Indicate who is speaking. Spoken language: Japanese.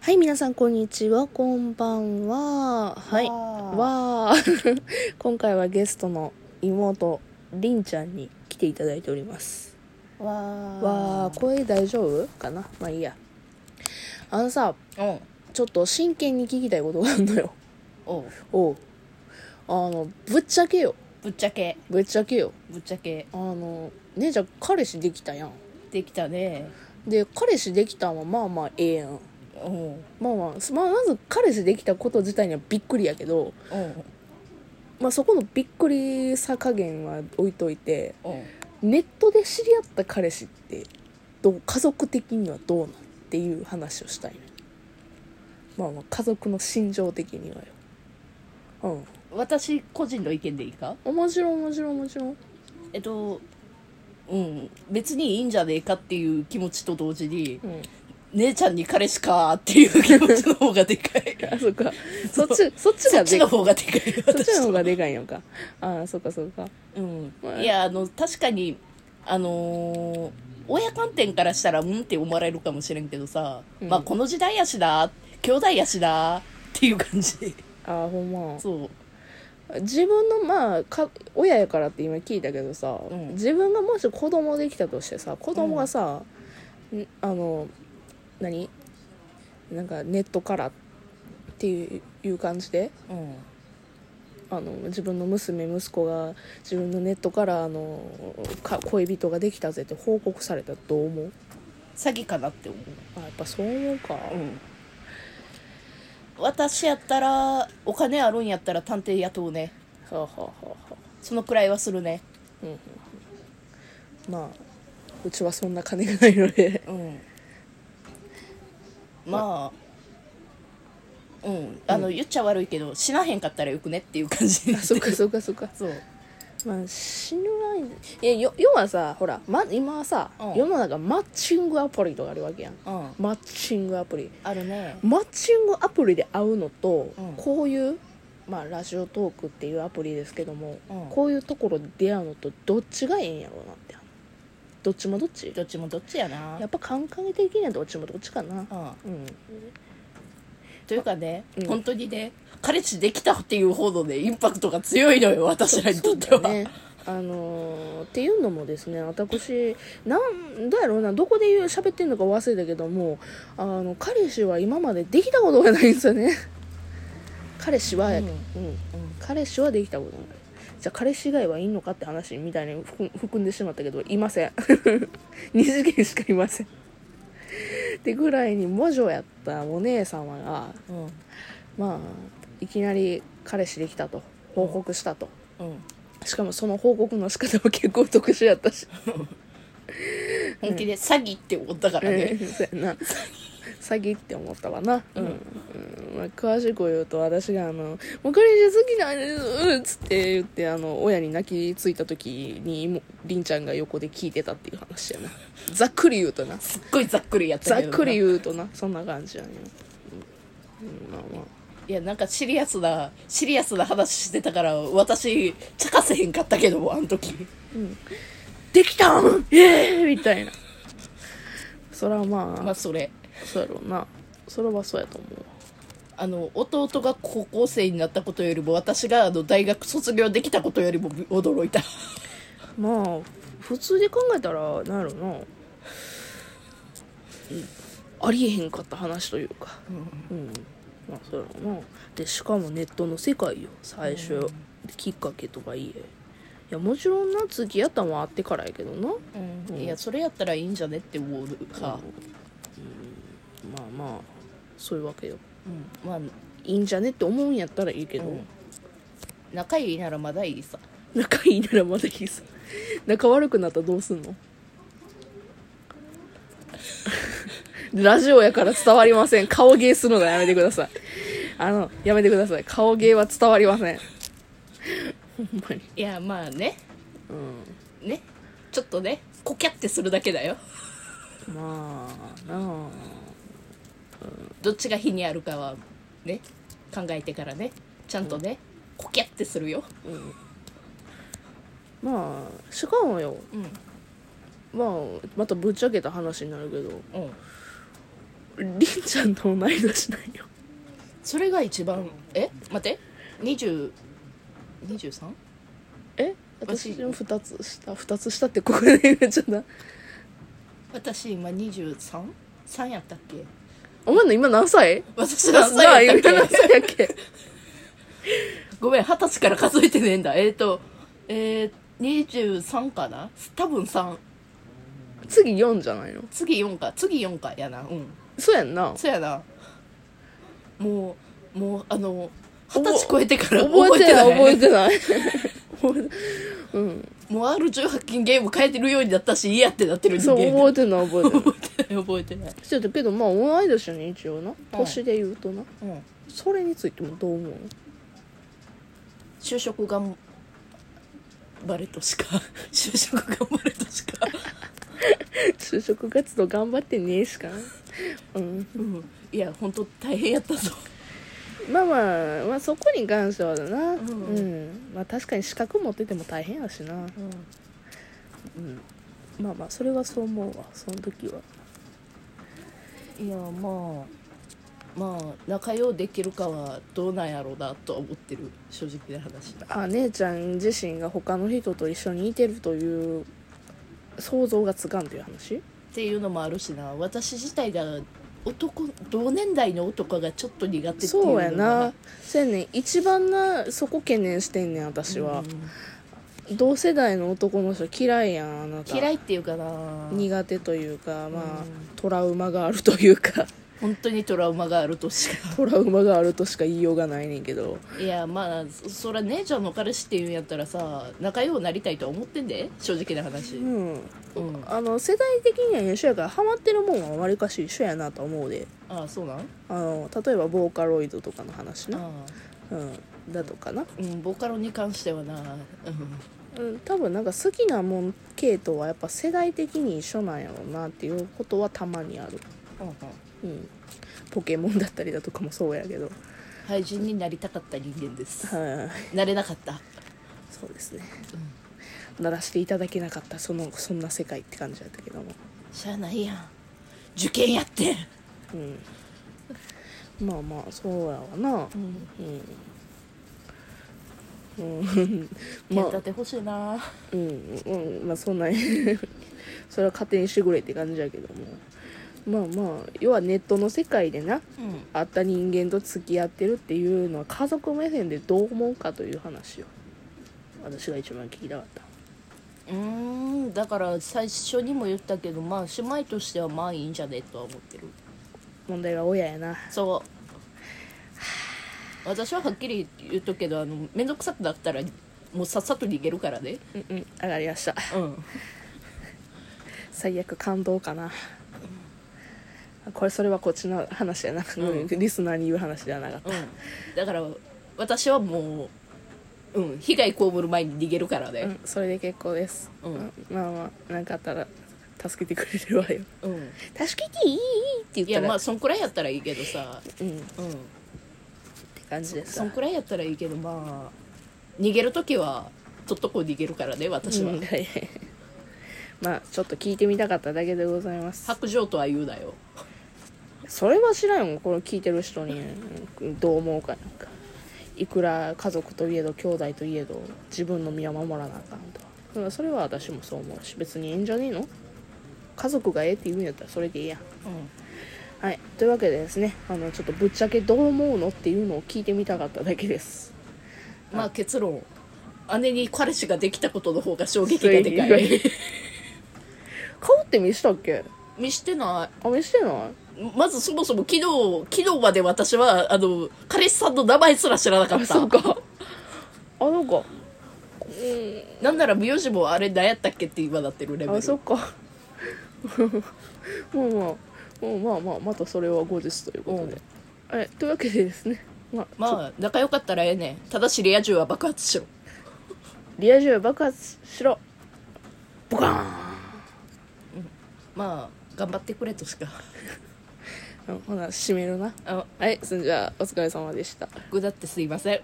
Speaker 1: はい、皆さん、こんにちは。こんばんは。はい。
Speaker 2: わ
Speaker 1: わー。 今回はゲストの妹、りんちゃんに来ていただいております。
Speaker 2: ーわ
Speaker 1: わー、声大丈夫かなまあいいや。あのさ、
Speaker 2: ーうん
Speaker 1: ちょっと真剣に聞きたいことがあるのよ。
Speaker 2: おう
Speaker 1: おう。あの、ぶっちゃけよ。
Speaker 2: ぶっちゃけ
Speaker 1: ぶっちゃけよ。
Speaker 2: ぶっちゃけ
Speaker 1: あの、姉ちゃん、彼氏できたやん。
Speaker 2: できたね
Speaker 1: で、彼氏できたんはまあまあええやん。
Speaker 2: うんうん
Speaker 1: まあまあ、すまあ、まず彼氏できたこと自体にはびっくりやけど、まあ、そこのびっくりさ加減は置いといて
Speaker 2: うん
Speaker 1: ネットで知り合った彼氏ってどう家族的にはどうなんっていう話をしたいねまあまあ家族の心情的にはよ
Speaker 2: 私個人の意見でいいか
Speaker 1: うんもちろんもちろんもちろん
Speaker 2: えっとうん別にいいんじゃねえかっていう気持ちと同時に
Speaker 1: うん
Speaker 2: 姉ちゃんに彼氏かーっていう気持ちの方がでかい
Speaker 1: あそっかそっちそっち
Speaker 2: そ
Speaker 1: が
Speaker 2: っち
Speaker 1: で
Speaker 2: の
Speaker 1: かい
Speaker 2: 方がでかい
Speaker 1: そっ
Speaker 2: 私
Speaker 1: ちの
Speaker 2: と
Speaker 1: 方がでかいのかああそっかそっか
Speaker 2: うん
Speaker 1: まあ
Speaker 2: いやあの確かにあのー親観点からしたらうんって思われるかもしれんけどさ、
Speaker 1: うん
Speaker 2: まあこの時代やしな兄弟やしなっていう感じ
Speaker 1: ああほんま
Speaker 2: そう
Speaker 1: 自分のまあか親やからって今聞いたけどさ、
Speaker 2: うん
Speaker 1: 自分がもし子供できたとしてさ子供がさ、んあの何なんかネットからっていういう感じで
Speaker 2: うん
Speaker 1: あの自分の娘息子が自分のネットからあのか恋人ができたぜって報告されたらどう思う
Speaker 2: 詐欺かなって思
Speaker 1: あやっぱそう思うか、
Speaker 2: ううん私やったらお金あるんやったら探偵雇うね
Speaker 1: はあ、はあはあはあ
Speaker 2: そのくらいはするね
Speaker 1: うんうんうん、まあうちはそんな金がないので
Speaker 2: うんまあうんあの、言っちゃ悪いけど死なへんかったらよくねっていう感じ
Speaker 1: あそっかそっかそっか
Speaker 2: そう
Speaker 1: まあ、死ぬラインいやよ要はさほら、ま、今はさ、
Speaker 2: うん
Speaker 1: 世の中マッチングアプリとかあるわけやん
Speaker 2: うん
Speaker 1: マッチングアプリ
Speaker 2: あるね
Speaker 1: マッチングアプリで会うのと、
Speaker 2: うん
Speaker 1: こういう、まあ、ラジオトークっていうアプリですけども、
Speaker 2: うん
Speaker 1: こういうところで出会うのとどっちがええんやろうなってどっちもどっち
Speaker 2: どっちもどっちやな
Speaker 1: やっぱ感覚的にはどっちもどっちかな
Speaker 2: うん、
Speaker 1: うん
Speaker 2: というかね、
Speaker 1: うん
Speaker 2: 本当にね彼氏できたっていうほどねインパクトが強いのよ私らにとって
Speaker 1: そう
Speaker 2: は
Speaker 1: だねあのーっていうのもですね私なんだやろうなどこで言う喋ってんのか忘れたけどもあの彼氏は今までできたことがないんですよね 彼氏はやけどうん彼氏はできたことがないじゃあ彼氏以外はいいのかって話みたいに含含んでしまったけどいません2次元しかいませんってぐらいに魔女やったお姉様が
Speaker 2: うんうん
Speaker 1: まあいきなり彼氏できたと報告したと、
Speaker 2: うん
Speaker 1: しかもその報告の仕方も結構特殊やった し、
Speaker 2: 本気で詐欺って思ったからね、
Speaker 1: そうやな詐欺って思ったわな、うんうんまあ、詳しく言うと私があの「もう彼氏好きなんです」っつって言ってあの親に泣きついた時にもりんちゃんが横で聞いてたっていう話やなざっくり言うとな
Speaker 2: すっごいざっくりやった
Speaker 1: ざ
Speaker 2: け
Speaker 1: っ
Speaker 2: ど
Speaker 1: くり
Speaker 2: う
Speaker 1: 言うとなそんな感じやね、うんうん、まあまあ
Speaker 2: いやなんかシリアスなシリアスな話してたから私茶化せへんかったけどあの時
Speaker 1: できたんイエーイみたいなそれはまあ、
Speaker 2: まあそれ
Speaker 1: そうやろうなそれはそうやと思うわ
Speaker 2: あの弟が高校生になったことよりも私があの大学卒業できたことよりも驚いた
Speaker 1: まあ普通で考えたらなんやろな、うん、ありえへんかった話というかうんまあそうやろなでしかもネットの世界よ最初、きっかけとかいえいやもちろんな付き合ったんはあってからやけどな
Speaker 2: うんいやそれやったらいいんじゃねって思うか、
Speaker 1: まあまあそういうわけよ
Speaker 2: うんまあ
Speaker 1: いいんじゃねって思うんやったらいいけど、
Speaker 2: うん仲いいならまだいいさ
Speaker 1: 仲いいならまだいいさ仲悪くなったらどうすんの ラジオやから伝わりません顔芸するのやめてくださいあのやめてください顔芸は伝わりませんほんまに
Speaker 2: いやまあねねちょっとねコキャってするだけだよ
Speaker 1: まあなあ
Speaker 2: どっちが火にあるかはね考えてからねちゃんとね、コキャってするよ
Speaker 1: まあしかもよ
Speaker 2: うん
Speaker 1: まあまたぶっちゃけた話になるけど
Speaker 2: うん
Speaker 1: りんちゃんと同い年なんよ
Speaker 2: それが一番え待って20 23?
Speaker 1: え
Speaker 2: 私
Speaker 1: 私2つ下2つ下ってここで言っちゃった
Speaker 2: 私今 23? 3やったっけ
Speaker 1: お前の今何歳
Speaker 2: 私何歳やっ
Speaker 1: 今
Speaker 2: たっ
Speaker 1: 何
Speaker 2: け
Speaker 1: 歳やっけ
Speaker 2: ごめん二十歳から数えてねえんだえっ、ー、とえー、23かな多分3
Speaker 1: 次4じゃないの
Speaker 2: 次4か次4かやなうん
Speaker 1: そうやんな
Speaker 2: そやなもうもうあの二十歳超えてから
Speaker 1: 覚
Speaker 2: 覚
Speaker 1: え
Speaker 2: え
Speaker 1: て
Speaker 2: て
Speaker 1: な
Speaker 2: ないい
Speaker 1: 覚えて ない覚えてうん
Speaker 2: もう R18 禁ゲーム変えてるようになったしいいやってなってる
Speaker 1: そ
Speaker 2: 人
Speaker 1: う
Speaker 2: 間
Speaker 1: 覚えてない覚えてない
Speaker 2: 覚えてない覚えてない、
Speaker 1: ちょっとけどまあ同い年やね一応な年で言うとな
Speaker 2: うん、
Speaker 1: それについてもどう思うの
Speaker 2: 就職頑張れとしか 就職頑張れとしか、
Speaker 1: 就職活動頑張ってねえし かうん
Speaker 2: うん、いや本当大変やったぞ
Speaker 1: まあまあまあそこに関してはだなうんん、まあ確かに資格持ってても大変やしなまあまあそれはそう思うわその時はい
Speaker 2: やまあまあ仲良うできるかはどうなんやろうなとは思ってる正直な話だ
Speaker 1: あ姉ちゃん自身が他の人と一緒にいてるという想像がつかんという話
Speaker 2: っていうのもあるしな私自体が男同年代の男がちょっと苦手っていうの
Speaker 1: そう
Speaker 2: が
Speaker 1: やなせやねん一番なそこ懸念してんねん私は、同世代の男の人嫌いやんあなた
Speaker 2: 嫌いっていうかな
Speaker 1: 苦手というかまあ、
Speaker 2: うん
Speaker 1: トラウマがあるというか
Speaker 2: 本当にトラウマがあるとしか
Speaker 1: トラウマがあるとしか言いようがないねんけど
Speaker 2: いやまあそそら姉ちゃんの彼氏っていうんやったらさ仲良うなりたいとは思ってんで正直な話、
Speaker 1: うん
Speaker 2: うん、
Speaker 1: あの世代的には一緒やからハマってるもんはわりかし一緒やなと思うで
Speaker 2: ああそうなんあ
Speaker 1: あの例えばボーカロイドとかの話な、
Speaker 2: あ
Speaker 1: うん、だとかな、
Speaker 2: うんボカロに関してはな、うん、
Speaker 1: うん、多分なんか好きなもん系統はやっぱ世代的に一緒なんやろうなっていうことはたまにある、
Speaker 2: うんうん
Speaker 1: うん、ポケモンだったりだとかもそうやけど
Speaker 2: 廃人になりたかった人間です
Speaker 1: はい
Speaker 2: なれなかった
Speaker 1: そうですね、鳴らしていただけなかったそのそんな世界って感じだったけども、
Speaker 2: しゃあないやん受験やってん
Speaker 1: うん、まあまあそうやわな
Speaker 2: うん
Speaker 1: うん、うん、ま
Speaker 2: 剣
Speaker 1: あ
Speaker 2: 立てほしいな
Speaker 1: うん、うん、まあそんな にそれは勝手にしてくれって感じやけどもまあまあ要はネットの世界でな
Speaker 2: うん
Speaker 1: 会った人間と付き合ってるっていうのは家族目線でどう思うかという話を私が一番聞きたかった
Speaker 2: うーんだから最初にも言ったけどまあ姉妹としてはまあいいんじゃねとは思ってる
Speaker 1: 問題は親やな
Speaker 2: そう私ははっきり言っとくけどあの面倒くさくなったらもうさっさと逃げるからね
Speaker 1: うんうん上がりました
Speaker 2: うん
Speaker 1: 最悪感動かなこれそれはこっちの話やな、
Speaker 2: うん
Speaker 1: リスナーに言う話ではなかった、
Speaker 2: うんだから私はもううん被害被る前に逃げるから
Speaker 1: う
Speaker 2: ね
Speaker 1: ん、それで結構です、
Speaker 2: うん
Speaker 1: まあまあ何かあったら助けてくれるわよ
Speaker 2: うん、
Speaker 1: 助けていいって言っ
Speaker 2: い
Speaker 1: た
Speaker 2: や
Speaker 1: ら
Speaker 2: まあそんくらいやったらいいけどさ
Speaker 1: うんって
Speaker 2: うん
Speaker 1: 感じです
Speaker 2: そんくらいやったらいいけどまあ逃げる時はちょっとこう逃げるからね私は、
Speaker 1: うんはいはい まあちょっと聞いてみたかっただけでございます
Speaker 2: 白状とは言うなよ
Speaker 1: それは知らんよこれ聞いてる人にうんどう思うかなんかいくら家族といえど兄弟といえど自分の身は守らなあかんとうんそれは私もそう思うし別にええんじゃねえの家族がええって言うんやったらそれでいいやん
Speaker 2: う
Speaker 1: はいというわけでですねあのちょっとぶっちゃけどう思うのっていうのを聞いてみたかっただけです
Speaker 2: んまあ結論姉に彼氏ができたことの方が衝撃がでかい
Speaker 1: 顔って見したっけ
Speaker 2: 見してない
Speaker 1: あ見してない
Speaker 2: まずそもそも昨日、昨日まで私は、あの、彼氏さんの名前すら知らなかった。
Speaker 1: そうかあそうか
Speaker 2: なんなら名字もあれ何やったっけって今なってるレベル。
Speaker 1: あそっかもうまあもうまあまあまたそれは後日ということで、えというわけでですねまあ、
Speaker 2: まあ、仲良かったらええねん。ただしリア充は爆発しろ。
Speaker 1: リア充爆発しろボカ
Speaker 2: まあ、頑張ってくれとしか。
Speaker 1: ーン、うん、ほな閉めるな
Speaker 2: あ、
Speaker 1: はいそれじゃあお疲れ様でした
Speaker 2: 僕だってすいません。